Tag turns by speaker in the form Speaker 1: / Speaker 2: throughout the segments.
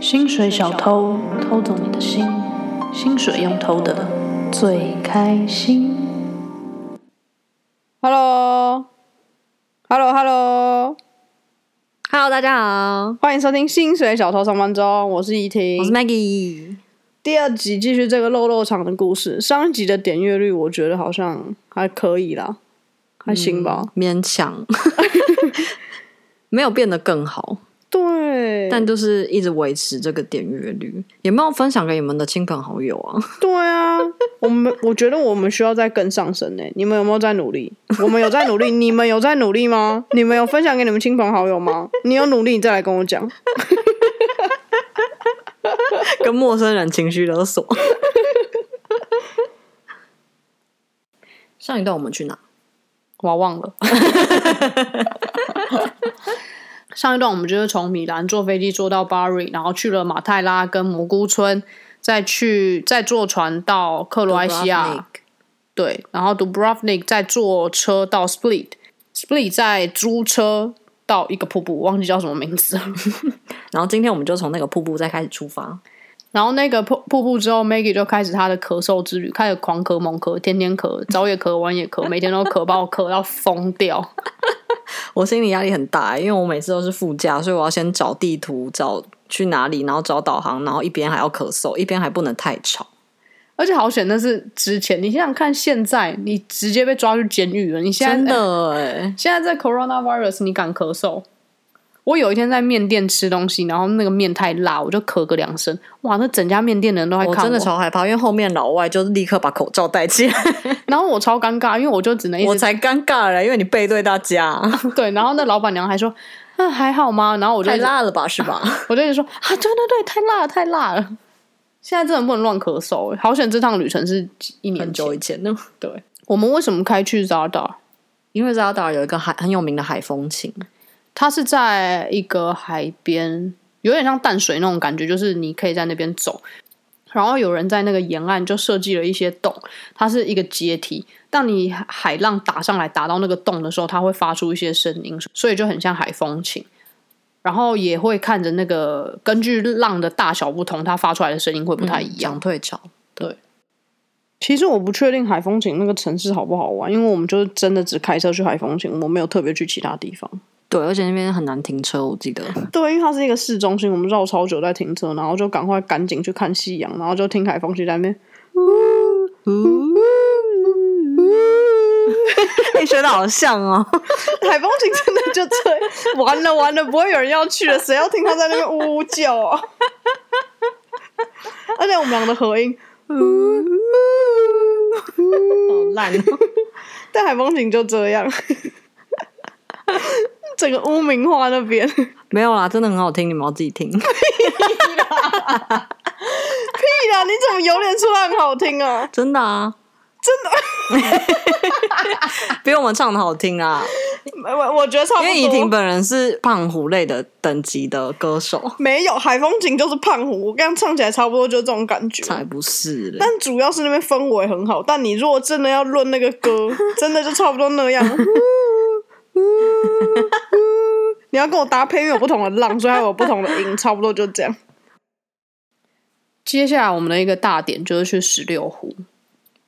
Speaker 1: 薪水小偷偷走你的心，薪水用偷的最开心。
Speaker 2: Hello，Hello，Hello，
Speaker 3: Hello，大家好，
Speaker 2: 欢迎收听《薪水小偷上班中》，我是怡
Speaker 3: 我是
Speaker 2: 婷。
Speaker 3: Maggie。
Speaker 2: 第二集继续这个肉肉厂的故事。上一集的点阅率，我觉得好像还可以啦，还行吧。
Speaker 3: 勉 强，没有变得更好，
Speaker 2: 对，
Speaker 3: 但就是一直维持这个点阅率，也没有分享给你们的亲朋好友 啊。
Speaker 2: 对啊，我们 我觉得我们需要再更上升呢、欸你们有没有在努力？我们有在 努力，你们有在努力吗？你们有分享给你们亲朋好友吗？你有努力，你再来跟我讲。
Speaker 3: 跟陌生人情绪勒索。 上一段我们去哪？
Speaker 2: 我忘了。上一段我们就是从米兰坐飞机坐到巴黎，然后去了马泰拉跟蘑菇村，再去再坐船到克罗埃西亚，对，然后 Dubrovnik 再坐车到 Split，Split 再租车到一个瀑布，忘记叫什么名字了。
Speaker 3: 然后今天我们就从那个瀑布再开始出发。
Speaker 2: 然后那个瀑瀑布之后，Maggie 就开始她的咳嗽之旅，开始狂咳、猛咳，天天咳，早也咳，晚也咳，每天都咳，把我咳到疯掉。
Speaker 3: 我心理压力很大欸、因为我每次都是副驾，所以我要先找地图，找去哪里，然后找导航，然后一边还要咳嗽，一边还不能太吵。
Speaker 2: 而且好险，那是之前。你想想看，现在你直接被抓去监狱了。你现在
Speaker 3: 真
Speaker 2: 哎
Speaker 3: 的哎、
Speaker 2: 现在在 coronavirus，你敢咳嗽？我有一天在面店吃东西，然后那个面太辣，我就咳个两声，哇，那整家面店的人都在看
Speaker 3: 我
Speaker 2: 我，
Speaker 3: 真的超害怕，因为后面老外就立刻把口罩戴起来，
Speaker 2: 然后我超尴尬，因为我就只能一
Speaker 3: 我
Speaker 2: 直
Speaker 3: 才尴尬了，因为你背对大家，
Speaker 2: 对，然后那老板娘还说。那、还好吗？然后我就
Speaker 3: 太
Speaker 2: 一直
Speaker 3: 辣了吧，是吧？
Speaker 2: 我就一直说啊，对对对，太辣了，太辣了。 现在真的不能乱咳嗽欸，好险！这趟旅程是一年
Speaker 3: 很
Speaker 2: 前
Speaker 3: 久以前呢，
Speaker 2: 对，我们为什么开去 Zada？
Speaker 3: 因为 Zada 有一个海很有名的海风琴，
Speaker 2: 它是在一个海边，有点像淡水那种感觉，就是你可以在那边走。然后有人在那个沿岸就设计了一些洞，它是一个阶梯。当你海浪打上来，打到那个洞的时候，它会发出一些声音，所以就很像海风琴。然后也会看着那个根据浪的大小不同，它发出来的声音会不太一嗯样。
Speaker 3: 讲退潮。
Speaker 2: 其实我不确定海风琴那个城市好不好玩，因为我们就是真的只开车去海风琴，我没有特别去其他地方。
Speaker 3: 对，而且那边很难停车，我记得。
Speaker 2: 对，因为它是一个市中心，我们绕超久在停车，然后就赶快赶紧去看夕阳，然后就听海风琴在那边。
Speaker 3: 你学的好像哦，
Speaker 2: 海风琴真的就这，完了完了，不会有人要去了，谁要听他在那边呜呜叫啊？ 而且我们两个的合 音，
Speaker 3: 好烂哦。
Speaker 2: 但海风琴就这样，整个污名化那边。
Speaker 3: 没有啦，真的很好听，你们要自己听。
Speaker 2: 对啊呀，你怎么有脸出来很好听啊？
Speaker 3: 真的啊，真 的，比我们唱的好听啊！
Speaker 2: 我我觉得差不
Speaker 3: 因
Speaker 2: 多。
Speaker 3: 为怡婷本人是胖虎类的等级的歌手，
Speaker 2: 没有海风景就是胖虎，我刚刚唱起来差不多就这种感觉。
Speaker 3: 才不是嘞。
Speaker 2: 但主要是那边氛围很好，但你如果真的要论那个歌，真的就差不多那样。你要跟我搭配，因为有不同的浪，所以它有不同的音，差不多就这样。接下来我们的一个大点就是去十六湖。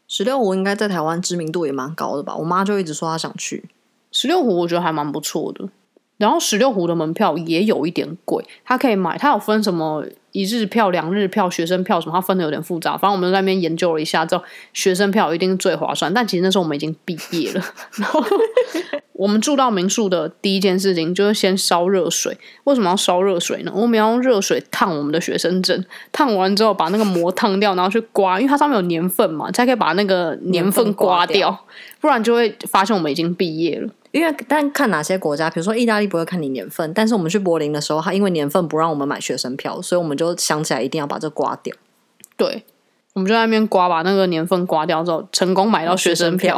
Speaker 3: 十六湖应该在台湾知名度也蛮高的吧？我妈就一直说她想去，
Speaker 2: 十六湖我觉得还蛮不错的。然后十六湖的门票也有一点贵，它可以买，它有分什么一日票、两日票、学生票什么，它分的有点复杂。反正我们在那边研究了一下之后，学生票一定是最划算。但其实那时候我们已经毕业了，然后我们住到民宿的第一件事情就是先烧热水。为什么要烧热水呢？我们要用热水烫我们的学生证，烫完之后把那个膜烫掉，然后去刮，因为它上面有年份嘛，才可以把那个年份刮
Speaker 3: 刮掉
Speaker 2: 掉不然就会发现我们已经毕业了。
Speaker 3: 因为但看哪些国家，比如说意大利不会看你年份，但是我们去柏林的时候，他因为年份不让我们买学生票，所以我们就想起来一定要把这刮掉。
Speaker 2: 对，我们就在那边刮，把那个年份刮掉之后，成功买到学生票。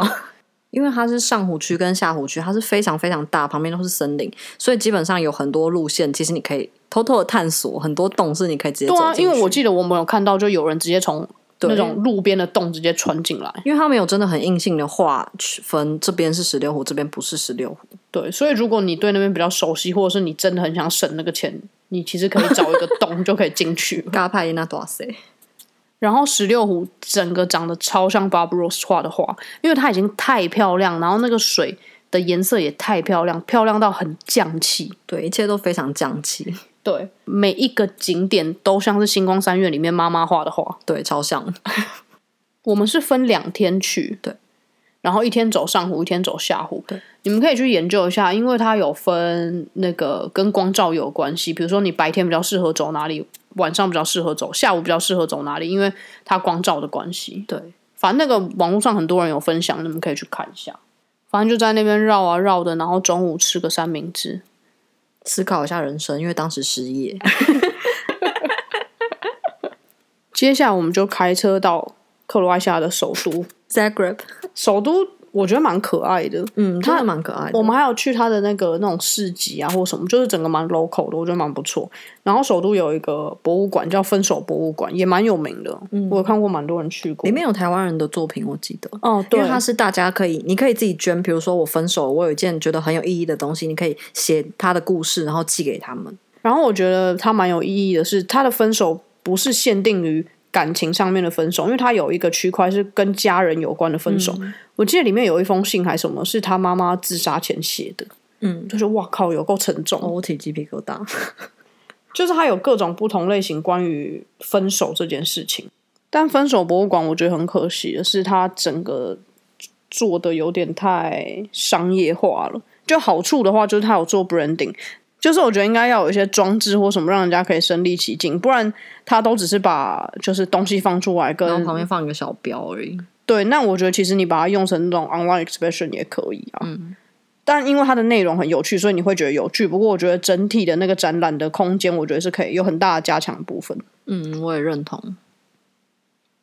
Speaker 3: 因为它是上湖区跟下湖区，它是非常非常大，旁边都是森林，所以基本上有很多路线，其实你可以偷偷的探索，很多洞是你可以直接走
Speaker 2: 对啊，
Speaker 3: 进
Speaker 2: 因
Speaker 3: 去。
Speaker 2: 为我记得我们有看到，就有人直接从那种路边的洞直接穿进来。
Speaker 3: 因为他没有真的很硬性的划区分，这边是十六湖，这边不是十六湖。
Speaker 2: 对，所以如果你对那边比较熟悉，或者是你真的很想省那个钱，
Speaker 4: 你其实可以找一个洞就可以进去了。
Speaker 3: 嘎派伊那多塞，
Speaker 4: 然后十六湖整个长得超像 Barbaros 画的画，因为它已经太漂亮，然后那个水的颜色也太漂亮，漂亮到很降气。
Speaker 3: 对，一切都非常匠气，
Speaker 4: 对，每一个景点都像是星光三院里面妈妈画的画。
Speaker 3: 对，超像。
Speaker 4: 我们是分两天去，
Speaker 3: 对，
Speaker 4: 然后一天走上湖，一天走下湖，
Speaker 3: 对。
Speaker 4: 你们可以去研究一下，因为它有分那个跟光照有关系，比如说你白天比较适合走哪里，晚上比较适合走，下午比较适合走哪里，因为它光照的关系。
Speaker 3: 对，
Speaker 4: 反正那个网络上很多人有分享，你们可以去看一下。反正就在那边绕啊绕的，然后中午吃个三明治，
Speaker 3: 思考一下人生，因为当时失业。
Speaker 4: 接下来我们就开车到克罗埃西亚的首都，
Speaker 3: Zagreb，
Speaker 4: 首都我觉得蛮可爱的，
Speaker 3: 嗯，真的蛮可爱的。
Speaker 4: 我们还有去它的那个那种市集啊，或什么，就是整个蛮 local 的，我觉得蛮不错。然后首都有一个博物馆叫分手博物馆，也蛮有名的，我有看过蛮多人去
Speaker 3: 嗯
Speaker 4: 过。
Speaker 3: 里面有台湾人的作品，我记得。
Speaker 4: 哦，
Speaker 3: 因
Speaker 4: 对，
Speaker 3: 为它是大家可以，你可以自己捐。比如说我分手，我有一件觉得很有意义的东西，你可以写他的故事，然后寄给他们。
Speaker 4: 然后我觉得它蛮有意义的是，它的分手不是限定于感情上面的分手，因为它有一个区块是跟家人有关的分手。
Speaker 3: 嗯
Speaker 4: 我记得里面有一封信还是什么，是他妈妈自杀前写的，
Speaker 3: 嗯，
Speaker 4: 就是哇靠，有够沉重。
Speaker 3: 哦，我起鸡皮疙瘩。
Speaker 4: 就是它有各种不同类型关于分手这件事情。但分手博物馆我觉得很可惜的是，它整个做的有点太商业化了。就好处的话，就是它有做 branding，就是我觉得应该要有一些装置或什么，让人家可以身临其境，不然它都只是把就是东西放出来
Speaker 3: 然后
Speaker 4: 跟
Speaker 3: 旁边放一个小标而已。
Speaker 4: 对，那我觉得其实你把它用成那种 online expression 也可以啊。嗯。但因为它的内容很有趣，所以你会觉得有趣。不过我觉得整体的那个展览的空间，我觉得是可以有很大的加强的部分。
Speaker 3: 嗯，我也认同。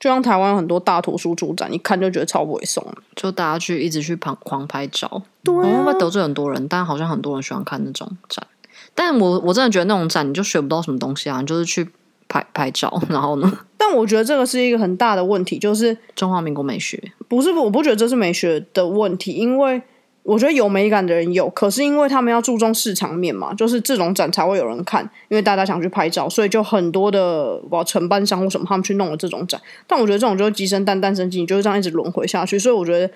Speaker 4: 就像台湾有很多大图书主展，一看就觉得超猥琐。
Speaker 3: 就大家去一直去旁狂拍照，对、啊，会不会得罪很多人？但好像很多人喜欢看那种展，但我我真的觉得那种展你就学不到什么东西啊，你就是去拍拍照，然后呢，
Speaker 4: 但我觉得这个是一个很大的问题，就是
Speaker 3: 中华民国美学，
Speaker 4: 不是我不觉得这是美学的问题，因为我觉得有美感的人有，可是因为他们要注重市场面嘛，就是这种展才会有人看，因为大家想去拍照，所以就很多的哇承办商或什么他们去弄了这种展。但我觉得这种就是鸡生蛋，蛋生鸡，你就是这样一直轮回下去。所以我觉得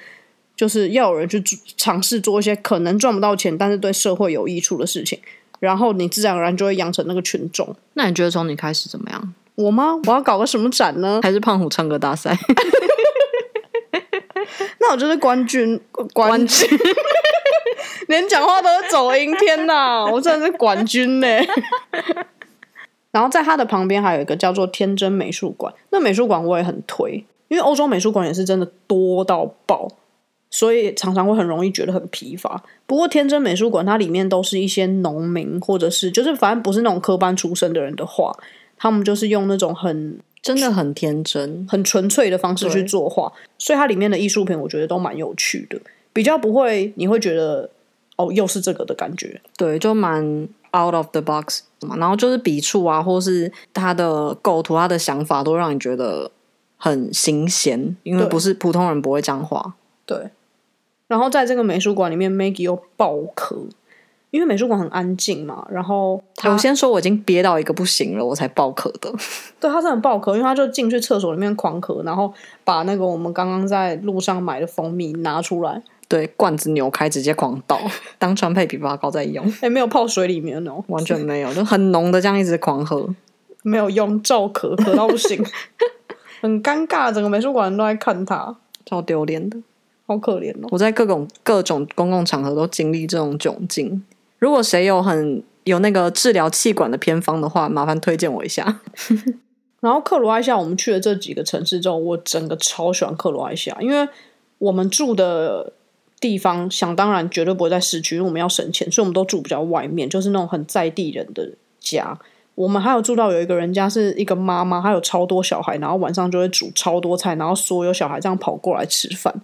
Speaker 4: 就是要有人去做尝试做一些可能赚不到钱，但是对社会有益处的事情，然后你自然而然就会养成那个群众。
Speaker 3: 那你觉得从你开始怎么样？
Speaker 4: 我吗？我要搞个什么展呢？
Speaker 3: 还是胖虎唱歌大赛？
Speaker 4: 那我就是冠军，冠军， 连讲话都是走音，天哪！我真的是冠军呢。 然后在它的旁边还有一个叫做天真美术馆，那美术馆我也很推，因为欧洲美术馆也是真的多到爆，所以常常会很容易觉得很疲乏。不过天真美术馆它里面都是一些农民，或者是就是反正不是那种科班出身的人的画，他们就是用那种很
Speaker 3: 真的很天真，
Speaker 4: 很纯粹的方式去
Speaker 3: 对
Speaker 4: 作画，所以它里面的艺术品我觉得都蛮有趣的，比较不会你会觉得哦又是这个的感觉。
Speaker 3: 对，就蛮 out of the box 嘛。然后就是笔触啊，或是他的构图、他的想法，都让你觉得很新鲜，因为
Speaker 4: 对
Speaker 3: 不是普通人不会这样画。
Speaker 4: 对，然后在这个美术馆里面，Maggie 又爆咳，因为美术馆很安静嘛，然后他
Speaker 3: 我先说，我已经憋到一个不行了，我才爆咳的。
Speaker 4: 对他是很爆咳，因为他就进去厕所里面狂咳，然后把那个我们刚刚在路上买的蜂蜜拿出来，
Speaker 3: 对，罐子扭开直接狂倒， 当川配枇杷膏在用，
Speaker 4: 哎，没有泡水里面哦，
Speaker 3: 完全没有，就很浓的这样一直狂喝。
Speaker 4: 没有用，照咳，咳到 不行， 很尴尬，整个美术馆人都在看他，
Speaker 3: 超丢脸的！
Speaker 4: 好可怜哦。
Speaker 3: 我在各种各种公共场合都经历这种窘境。如果谁有很有那个治疗气管的偏方的话，麻烦推荐我一下。
Speaker 4: 然后克罗埃西亚，我们去了这几个城市之后，我整个超喜欢克罗埃西亚，因为我们住的地方想当然绝对不会在市区，因为我们要省钱，所以我们都住比较外面，就是那种很在地人的家。我们还有住到有一个人家是一个妈妈，她有超多小孩，然后晚上就会煮超多菜，然后所有小孩这样跑过来吃饭。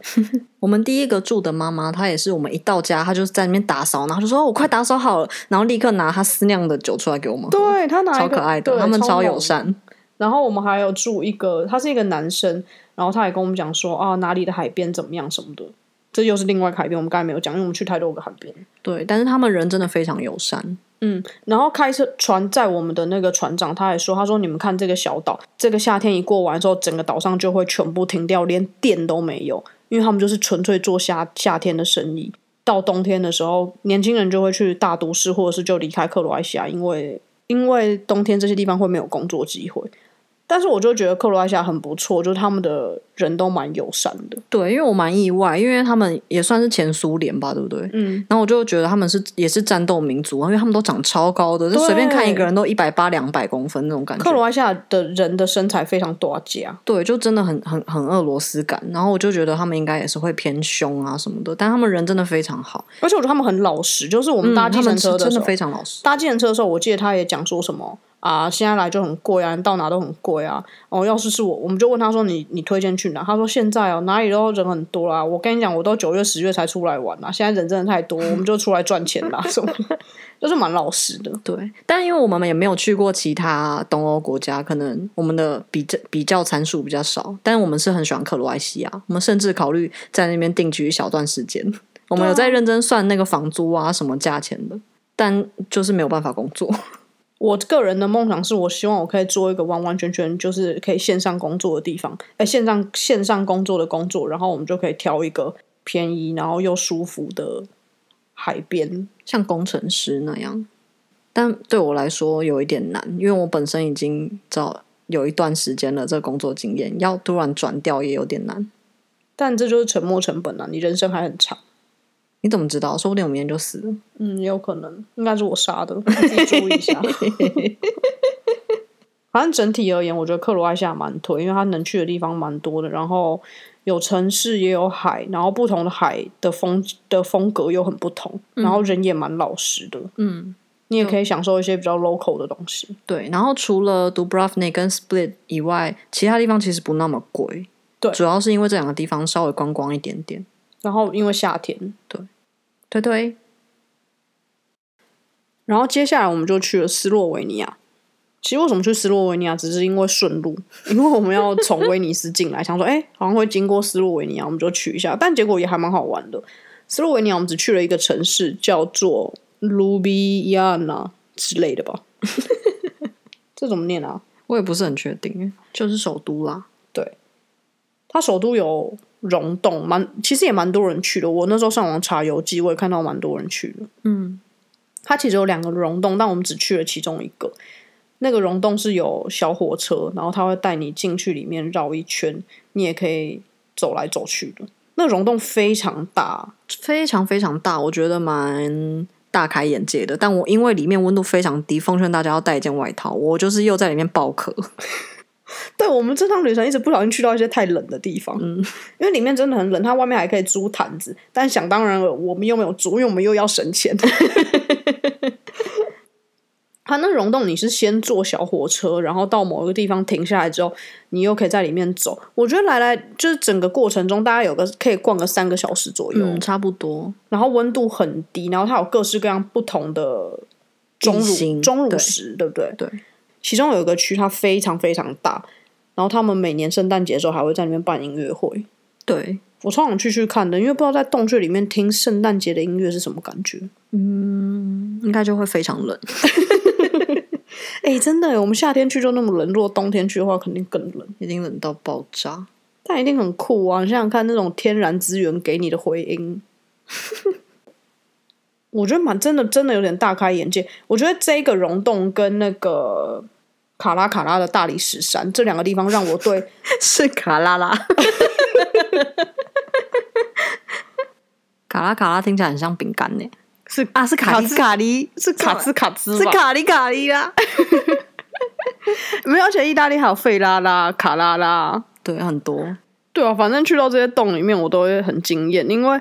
Speaker 3: 我们第一个住的妈妈，她也是我们一到家，她就在那边打扫，然后就说：“哦我快打扫好了。”然后立刻拿她私酿的酒出来给我们，
Speaker 4: 对他拿一
Speaker 3: 超
Speaker 4: 个
Speaker 3: 可爱的，
Speaker 4: 对
Speaker 3: 他们超友
Speaker 4: 猛
Speaker 3: 善。
Speaker 4: 然后我们还有住一个，他是一个男生，然后他也跟我们讲说啊哪里的海边怎么样什么的，这又是另外一个海边，我们刚才没有讲，因为我们去太多个海边。
Speaker 3: 对，但是他们人真的非常友善，
Speaker 4: 嗯，然后开车船载我们的那个船长，他还说，他说你们看这个小岛，这个夏天一过完之后，整个岛上就会全部停掉，连电都没有，因为他们就是纯粹做夏夏天的生意。到冬天的时候，年轻人就会去大都市，或者是就离开克罗埃西亚，因为因为冬天这些地方会没有工作机会。但是我就觉得克罗埃西亚很不错，就是他们的人都蛮友善的。
Speaker 3: 对，因为我蛮意外，因为他们也算是前苏联吧，对不对？
Speaker 4: 嗯，
Speaker 3: 然后我就觉得他们是也是战斗民族，因为他们都长超高的，就
Speaker 4: 对
Speaker 3: 随便看一个人都一百八两百公分那种感
Speaker 4: 克
Speaker 3: 觉。
Speaker 4: 罗埃西亚的人的身材非常多啊家，
Speaker 3: 对，就真的很很很俄罗斯感。然后我就觉得他们应该也是会偏凶啊什么的，但他们人真的非常好，
Speaker 4: 而且我觉得他们很老实，就是我们搭
Speaker 3: 嗯
Speaker 4: 计
Speaker 3: 他
Speaker 4: 程
Speaker 3: 们是
Speaker 4: 车的
Speaker 3: 真
Speaker 4: 时
Speaker 3: 的
Speaker 4: 候，
Speaker 3: 非常老实。
Speaker 4: 搭计程车的时候，我记得他也讲说什么啊，现在来就很贵啊，你到哪都很贵啊。哦，要是是我，我们就问他说你你推荐去哪？他说现在哦哪里都人很多啦。我跟你讲，我都九月十月才出来玩啦，现在人真的太多，我们就出来赚钱啦，什么的，就是蛮老实的。
Speaker 3: 对，但因为我们也没有去过其他东欧国家，可能我们的比较比较参数比较少，但我们是很喜欢克罗埃西亚，我们甚至考虑在那边定居一小段时间。 我们有在认真算那个房租啊什么价钱的，但就是没有办法工作。
Speaker 4: 我个人的梦想是我希望我可以做一个完完全全就是可以线上工作的地方，哎，线上线上工作的工作，然后我们就可以挑一个便宜然后又舒服的海边
Speaker 3: 像工程师那样，但对我来说有一点难，因为我本身已经找有一段时间了这个工作经验，要突然转掉也有点难。
Speaker 4: 但这就是沉没成本啊！你人生还很长，
Speaker 3: 你怎么知道？说不定我明天就死了。
Speaker 4: 嗯，也有可能，应该是我杀的，你自己注意一下。反正整体而言，我觉得克罗埃西亚蛮推，因为它能去的地方蛮多的，然后有城市也有海，然后不同的海的风的风格又很不同，然后人也蛮老实的，
Speaker 3: 嗯，
Speaker 4: 你也可以享受一些比较 local 的东西。
Speaker 3: 对。然后除了 Dubrovnik 跟 Split 以外，其他地方其实不那么贵。
Speaker 4: 对
Speaker 3: 主要是因为这两个地方稍微观光一点点。
Speaker 4: 然后因为夏天，
Speaker 3: 对对，
Speaker 4: 然后接下来我们就去了斯洛维尼亚。其实为什么去斯洛维尼亚，只是因为顺路， 因为我们要从威尼斯进来，想说哎、诶好像会经过斯洛维尼亚，我们就去一下。但结果也还蛮好玩的。斯洛维尼亚我们只去了一个城市，叫做 Ljubljana 之类的吧？ 这怎么念啊？
Speaker 3: 我也不是很确定，就是首都啦。
Speaker 4: 它首都有溶洞，蛮其实也蛮多人去的。我那时候上网查游记，我也看到蛮多人去的。
Speaker 3: 嗯，
Speaker 4: 它其实有两个溶洞，但我们只去了其中一个。那个溶洞是有小火车，然后它会带你进去里面绕一圈，你也可以走来走去的。那溶洞非常大，
Speaker 3: 非常非常大，我觉得蛮大开眼界的。但我因为里面温度非常低，奉劝大家要带一件外套。我就是又在里面爆咳，
Speaker 4: 对我们这趟旅程一直不小心去到一些太冷的地方，嗯，因为里面真的很冷，它外面还可以租毯子，但想当然了，我们又没有租，因为我们又要省钱。它那溶洞，你是先坐小火车，然后到某一个地方停下来之后，你又可以在里面走。我觉得来来就是整个过程中，大概有个可以逛个三个小时左右，
Speaker 3: 嗯，差不多。
Speaker 4: 然后温度很低，然后它有各式各样不同的钟
Speaker 3: 地
Speaker 4: 乳
Speaker 3: 形
Speaker 4: 钟乳
Speaker 3: 对
Speaker 4: 石，对不对？
Speaker 3: 对。
Speaker 4: 其中有一个区它非常非常大，然后他们每年圣诞节的时候还会在里面办音乐会。
Speaker 3: 对，
Speaker 4: 我超想去去看的，因为不知道在洞穴里面听圣诞节的音乐是什么感觉。
Speaker 3: 应该就会非常冷。
Speaker 4: 哎，真的耶，我们夏天去就那么冷，如果冬天去的话，肯定更冷。
Speaker 3: 已经冷到爆炸。
Speaker 4: 但一定很酷啊！你想想看，那种天然资源给你的回音， 我觉得蛮真的，真的有点大开眼界。我觉得这个溶洞跟那个卡拉卡拉的大理石山这两个地方，让我对
Speaker 3: 是卡拉拉，卡拉卡拉听起来很像饼干呢。
Speaker 4: 是
Speaker 3: 啊，是卡
Speaker 4: 卡
Speaker 3: 里
Speaker 4: 兹
Speaker 3: 卡里，
Speaker 4: 是卡兹卡兹
Speaker 3: 是
Speaker 4: 吧？
Speaker 3: 卡里卡里啦。
Speaker 4: 没有，而且意大利还有费拉拉、卡拉拉。
Speaker 3: 对，很多。
Speaker 4: 对啊，反正去到这些洞里面，我都会很惊艳，因为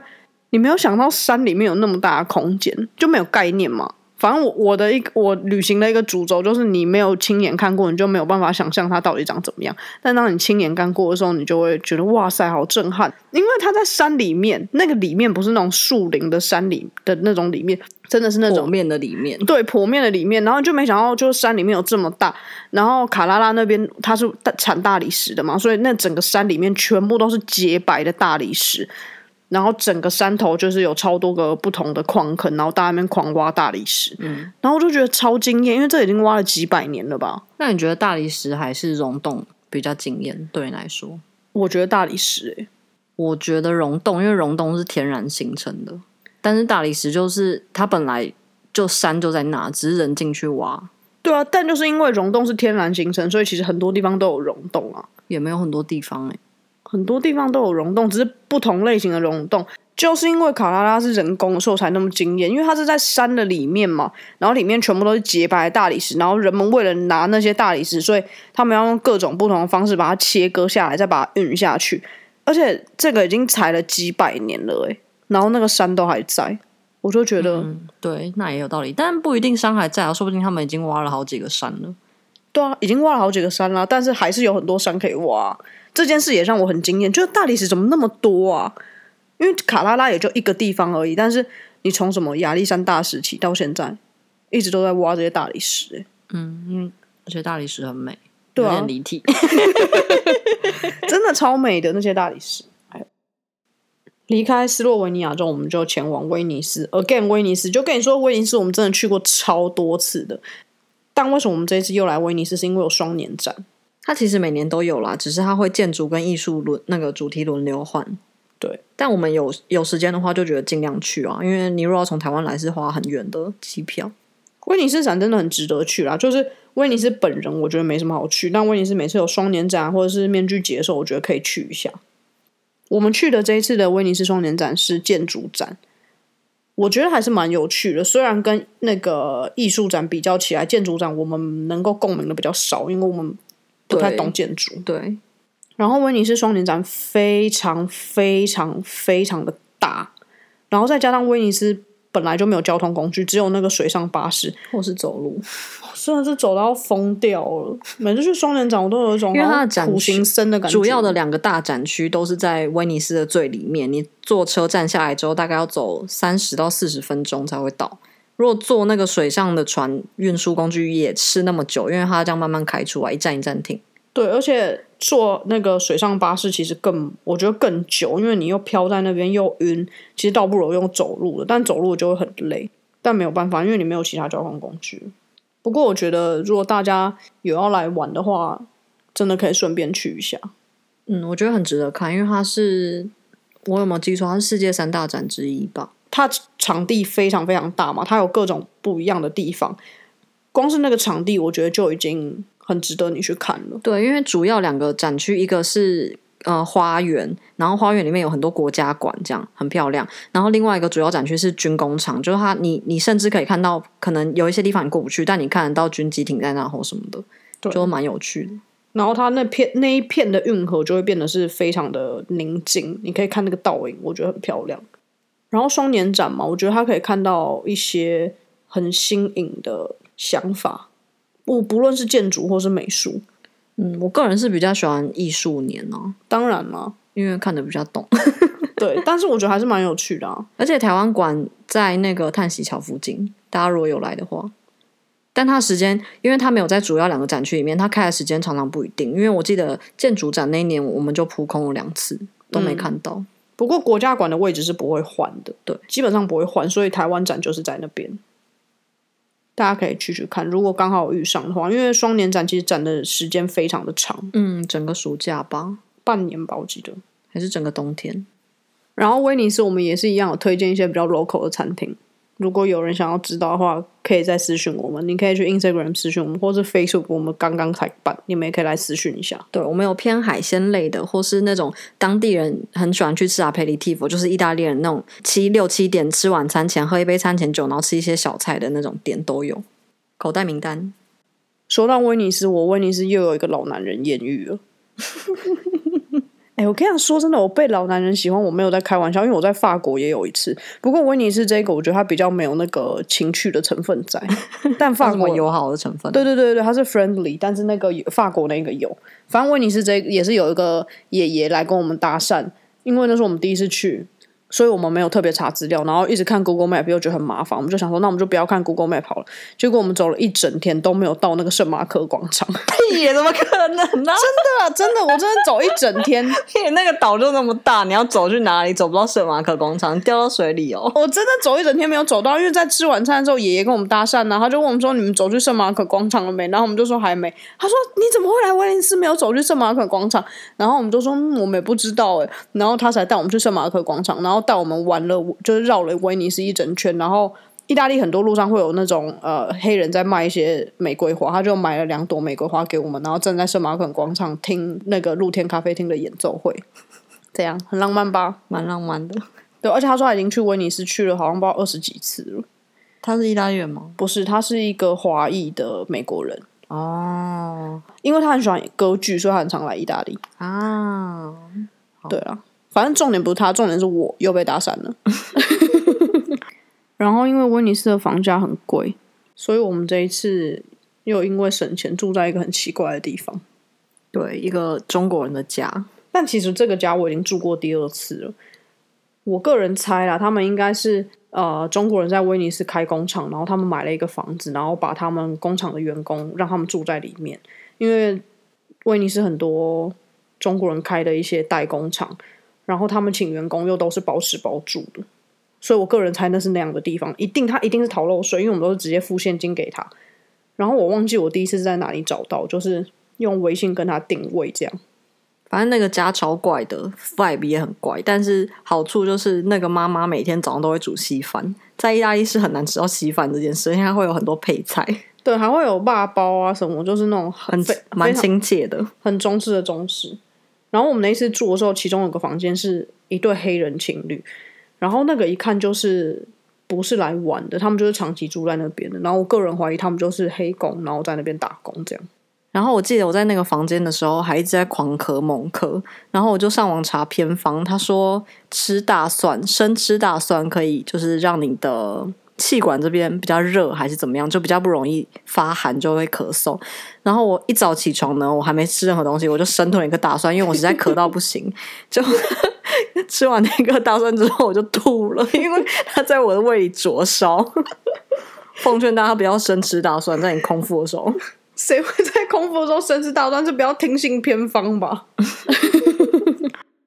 Speaker 4: 你没有想到山里面有那么大的空间，就没有概念嘛。反正我我的一个我旅行的一个主轴就是，你没有亲眼看过，你就没有办法想象它到底长怎么样。但当你亲眼看过的时候，你就会觉得哇塞，好震撼！因为它在山里面，那个里面不是那种树林的山里的那种里面，真的是那
Speaker 3: 那种
Speaker 4: 种
Speaker 3: 面的里面，
Speaker 4: 对剖面的里面，然后就没想到就是山里面有这么大，然后卡拉拉那边它是大产大理石的嘛，所以那整个山里面全部都是洁白的大理石，然后整个山头就是有超多个不同的矿坑，然后大家在那边狂挖大理石，嗯，然后我就觉得超惊艳，因为这已经挖了几百年了吧？
Speaker 3: 那你觉得大理石还是溶洞比较惊艳？对你来说，
Speaker 4: 我觉得大理石、欸，
Speaker 3: 我觉得溶洞，因为溶洞是天然形成的，但是大理石就是它本来就山就在那，只是人进去挖，
Speaker 4: 对啊，但就是因为溶洞是天然形成，所以其实很多地方都有溶洞啊，
Speaker 3: 也没有很多地方哎、
Speaker 4: 很多地方都有溶洞，只是不同类型的溶洞。就是因为卡拉拉是人工的，所以我才那么惊艳，因为它是在山的里面嘛，然后里面全部都是洁白的大理石，然后人们为了拿那些大理石，所以他们要用各种不同的方式把它切割下来，再把它运下去。而且这个已经采了几百年了、欸，诶，然后那个山都还在，我就觉得，
Speaker 3: 对，那也有道理，但不一定山还在啊，说不定他们已经挖了好几个山了。
Speaker 4: 对啊，已经挖了好几个山啦，但是还是有很多山可以挖啊。这件事也让我很惊艳，就是大理石怎么那么多啊？因为卡拉拉也就一个地方而已，但是你从什么亚历山大时期到现在，一直都在挖这些大理石、 欸
Speaker 3: 嗯而且大理石很美，
Speaker 4: 对啊
Speaker 3: 有点离题。
Speaker 4: 真的超美的那些大理石。还有离开斯洛文尼亚之后，我们就前往威尼斯。Again，威尼斯就跟你说，威尼斯我们真的去过超多次的。但为什么我们这一次又来威尼斯？是因为有双年展。
Speaker 3: 它其实每年都有啦，只是它会建筑跟艺术轮那个主题轮流换。
Speaker 4: 对，
Speaker 3: 但我们有有时间的话，就觉得尽量去啊，因为你如果要从台湾来，是花很远的机票。
Speaker 4: 威尼斯展真的很值得去啦，就是威尼斯本人我觉得没什么好去，但威尼斯每次有双年展啊或者是面具节的时候，我觉得可以去一下。我们去的这一次的威尼斯双年展是建筑展，我觉得还是蛮有趣的。虽然跟那个艺术展比较起来，建筑展我们能够共鸣的比较少，因为我们不太
Speaker 3: 对
Speaker 4: 懂建筑。
Speaker 3: 对，
Speaker 4: 然后威尼斯双年展非常非常非常的大，然后再加上威尼斯本来就没有交通工具，只有那个水上巴士，
Speaker 3: 或是走路，
Speaker 4: 真的是走到疯掉了。每次去双年展，我都有一种
Speaker 3: 因为它的
Speaker 4: 好像
Speaker 3: 展
Speaker 4: 苦
Speaker 3: 区
Speaker 4: 行僧的感觉。
Speaker 3: 主要的两个大展区都是在威尼斯的最里面。你坐车站下来之后，大概要走三十到四十分钟才会到。如果坐那个水上的船运输工具也是那么久，因为它这样慢慢开出来，一站一站停。
Speaker 4: 对，而且坐那个水上巴士其实更，我觉得更久，因为你又飘在那边又晕，其实倒不如用走路的，但走路就会很累，但没有办法，因为你没有其他交通工具。不过我觉得，如果大家有要来玩的话，真的可以顺便去一下。
Speaker 3: 嗯，我觉得很值得看，因为它是我有没有记错，它是世界三大展之一吧？
Speaker 4: 它场地非常非常大嘛，它有各种不一样的地方，光是那个场地，我觉得就已经很值得你去看了。
Speaker 3: 对，因为主要两个展区，一个是呃花园，然后花园里面有很多国家馆，这样很漂亮。然后另外一个主要展区是军工厂，就是它你你甚至可以看到，可能有一些地方你过不去，但你看得到军机停在那或什么的，
Speaker 4: 对
Speaker 3: 就蛮有趣的。
Speaker 4: 然后它那片那一片的运河就会变得是非常的宁静，你可以看那个倒影，我觉得很漂亮。然后双年展嘛，我觉得它可以看到一些很新颖的想法，不不论是建筑或是美术，
Speaker 3: 嗯，我个人是比较喜欢艺术年哦、
Speaker 4: 当然嘛，
Speaker 3: 因为看得比较懂。
Speaker 4: 对， 但是我觉得还是蛮有趣的啊。
Speaker 3: 而且台湾馆在那个叹息桥附近，大家如果有来的话，但它时间，因为它没有在主要两个展区里面，它开的时间常常不一定。因为我记得建筑展那一年，我们就扑空了两次，都没看到。
Speaker 4: 不过国家馆的位置是不会换的，
Speaker 3: 对，
Speaker 4: 基本上不会换，所以台湾展就是在那边，大家可以去去看。如果刚好有遇上的话，因为双年展其实展的时间非常的长，
Speaker 3: 嗯整个暑假吧，
Speaker 4: 半年吧，我记得。
Speaker 3: 还是整个冬天？
Speaker 4: 然后威尼斯我们也是一样，有推荐一些比较 local 的餐厅。如果有人想要知道的话，可以再私讯我们。你可以去 Instagram 私讯我们，或是 Facebook，我们刚刚才办，你们也可以来私讯一下。
Speaker 3: 对，我们有偏海鲜类的，或是那种当地人很喜欢去吃 aperitivo，就是意大利人那种七六七点吃晚餐前喝一杯餐前酒，然后吃一些小菜的那种店都有。口袋名单，
Speaker 4: 说到威尼斯，我威尼斯又有一个老男人艳遇了。 哎、我跟你讲，说真的，我被老男人喜欢，我没有在开玩笑，因为我在法国也有一次。不过威尼斯这个，我觉得它比较没有那个情趣的成分在，但法
Speaker 3: 什么
Speaker 4: 国
Speaker 3: 友好的成分？
Speaker 4: 对对对对，它是 friendly，但是那个有法国那个有，反正威尼斯这也是有一个爷爷来跟我们搭讪，因为那是我们第一次去，所以我们没有特别查资料，然后一直看 Google Map 又觉得很麻烦，我们就想说，那我们就不要看 Google Map 好了。结果我们走了一整天都没有到那个圣马可广场，
Speaker 3: 屁耶，怎么可能呢、
Speaker 4: 真的啊真的，我真的走一整天，
Speaker 3: 屁，那个岛就那么大，你要走去哪里？走不到圣马可广场，掉到水里哦。
Speaker 4: 我真的走一整天没有走到，因为在吃晚餐的时候，爷爷跟我们搭讪呢、他就问我们说：“你们走去圣马可广场了没？”然后我们就说还没。欸他说：“你怎么会来威尼斯没有走去圣马可广场？”然后我们就说：“嗯、我们也不知道哎。”然后他才带我们去圣马可广场，然后带我们玩了，就是绕了威尼斯一整圈，然后。意大利很多路上会有那种呃黑人在卖一些玫瑰花，他就买了两朵玫瑰花给我们，然后站在圣马可广场听那个露天咖啡厅的演奏会，怎样？很浪漫吧？
Speaker 3: 蛮浪漫的。
Speaker 4: 对，而且他说他已经去威尼斯去了，好像不知道二十几次了。
Speaker 3: 他是意大利人吗？
Speaker 4: 不是，他是一个华裔的美国人，
Speaker 3: 哦
Speaker 4: 因为他很喜欢歌剧，所以他很常来意大利。
Speaker 3: 啊，
Speaker 4: 对啊，反正重点不是他，重点是我又被搭讪了。 然后因为威尼斯的房价很贵，所以我们这一次又因为省钱住在一个很奇怪的地方。
Speaker 3: 对，一个中国人的家，
Speaker 4: 但其实这个家我已经住过第二次了。我个人猜啦，他们应该是呃中国人在威尼斯开工厂，然后他们买了一个房子，然后把他们工厂的员工让他们住在里面，因为威尼斯很多中国人开的一些代工厂，然后他们请员工又都是包吃包住的，所以我个人猜那是那样的地方，一定他一定是逃漏税，因为我们都是直接付现金给他。然后我忘记我第一次是在哪里找到，就是用微信跟他定位这样。
Speaker 3: 反正那个家超怪的，vibe 也很怪，但是好处就是那个妈妈每天早上都会煮稀饭，在意大利是很难吃到稀饭这件事，因为它会有很多配菜，
Speaker 4: 对，还会有霸包啊什么，就是那种很
Speaker 3: 很
Speaker 4: 非
Speaker 3: 蛮
Speaker 4: 非常
Speaker 3: 亲切的。
Speaker 4: 很中式的中式。然后我们那一次住的时候，其中有个房间是一对黑人情侣，然后那个一看就是不是来玩的，他们就是长期住在那边的。然后我个人怀疑他们就是黑工，然后在那边打工这样。
Speaker 3: 然后我记得我在那个房间的时候，还一直在狂咳猛咳。然后我就上网查偏方，他说吃大蒜，生吃大蒜可以就是让你的气管这边比较热，还是怎么样，就比较不容易发寒，就会咳嗽。然后我一早起床呢，我还没吃任何东西，我就生吞了一个大蒜，因为我实在咳到不行， 就吃完那个大蒜之后我就吐了，因为它在我的胃里灼烧。 奉劝大家不要生吃大蒜，在你空腹的时候。
Speaker 4: 谁会在空腹的时候生吃大蒜？是不要听信偏方吧。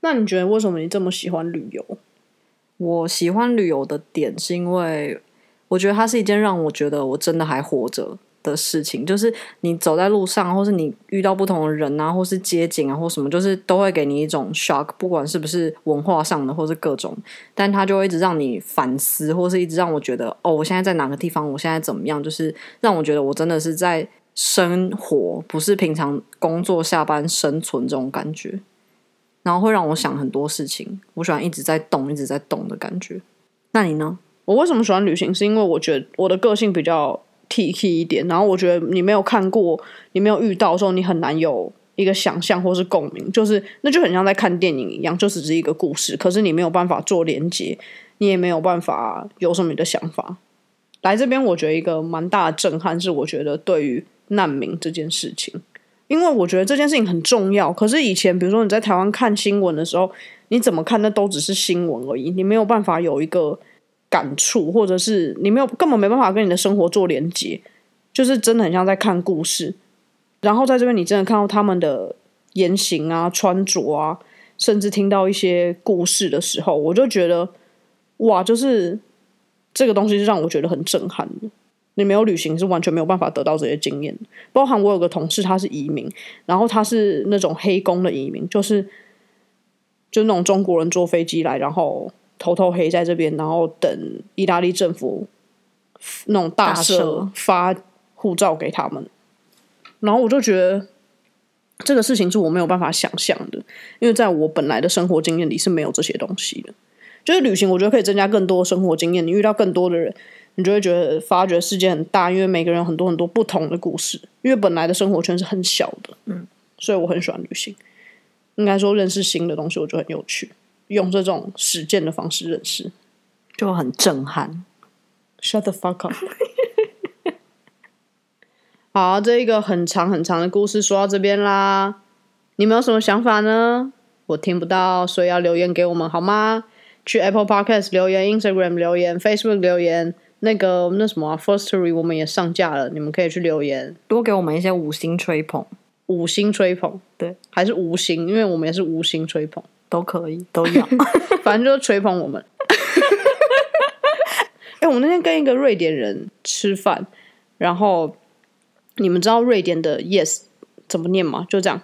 Speaker 4: 那你觉得为什么你这么喜欢旅游？
Speaker 3: 我喜欢旅游的点是因为我觉得它是一件让我觉得我真的还活着的事情，就是你走在路上，或是你遇到不同的人啊，或是街景啊，或什么，就是都会给你一种 shock，不管是不是文化上的，或是各种，但它就会一直让你反思，或是一直让我觉得哦，我现在在哪个地方，我现在怎么样，就是让我觉得我真的是在生活，不是平常工作、下班、生存这种感觉。然后会让我想很多事情。我喜欢一直在动、一直在动的感觉。那你呢？
Speaker 4: 我为什么喜欢旅行？是因为我觉得我的个性比较 T K 一点，然后我觉得你没有看过、你没有遇到的时候，你很难有一个想象或是共鸣，就是那就很像在看电影一样，就只是一个故事，可是你没有办法做连接，你也没有办法有什么你的想法。来这边，我觉得一个蛮大的震撼是，我觉得对于难民这件事情，因为我觉得这件事情很重要。可是以前，比如说你在台湾看新闻的时候，你怎么看那都只是新闻而已，你没有办法有一个感触，或者是你没有根本没办法跟你的生活做连接，就是真的很像在看故事。然后在这边，你真的看到他们的言行啊、穿着啊，甚至听到一些故事的时候，我就觉得哇，就是这个东西是让我觉得很震撼的。你没有旅行是完全没有办法得到这些经验的。包含我有个同事，他是移民，然后他是那种黑工的移民，就是就那种中国人坐飞机来，然后头头黑在这边，然后等意大利政府那种大
Speaker 3: 大
Speaker 4: 赦
Speaker 3: 赦
Speaker 4: 发护照给他们。然后我就觉得这个事情是我没有办法想象的，因为在我本来的生活经验里是没有这些东西的。就是旅行，我觉得可以增加更多生活经验，你遇到更多的人，你就会觉得发觉世界很大，因为每个人有很多很多不同的故事，因为本来的生活圈是很小的，嗯，所以我很喜欢旅行。应该说认识新的东西，我觉得很有趣，用这种实践的方式认识。
Speaker 3: 就很震撼。
Speaker 4: Shut the fuck up！好，这一个很长很长的故事说到这边啦，你们有什么想法呢？我听不到，所以要留言给我们好吗？去 Apple Podcast 留言、Instagram 留言、Facebook 留言，那个那什么、啊、Firstory 我们也上架了，你们可以去留言，
Speaker 3: 多给我们一些五星吹捧
Speaker 4: 五星吹捧，
Speaker 3: 对，
Speaker 4: 还是无星，因为我们也是无星吹捧，
Speaker 3: 都可以，都要。
Speaker 4: 反正就是吹捧我们。 哎、我那天跟一个瑞典人吃饭，然后你们知道瑞典的 yes 怎么念吗？就这样，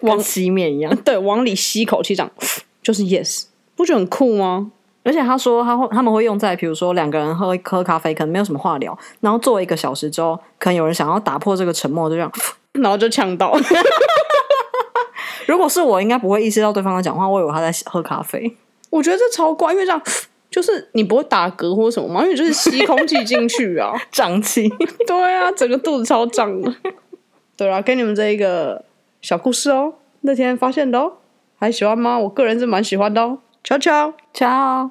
Speaker 3: 跟西面一样。
Speaker 4: 对，往里吸一口气，这样就是 yes，不觉得很酷吗？
Speaker 3: 而且他说他会他们会用在比如说两个人喝喝咖啡，可能没有什么话聊，然后坐一个小时之后，可能有人想要打破这个沉默，就这样。
Speaker 4: 然后就呛到，
Speaker 3: 如果是我，应该不会意识到对方在讲话，我以为他在喝咖啡。
Speaker 4: 我觉得这超怪，因为这样就是你不会打嗝或什么吗？因为你就是吸空气进去啊。
Speaker 3: 胀气，
Speaker 4: 对啊，整个肚子超胀的。 对啦，给你们这一个小故事哦，那天发现的哦，还喜欢吗？我个人是蛮喜欢的哦。悄悄。
Speaker 3: ciao。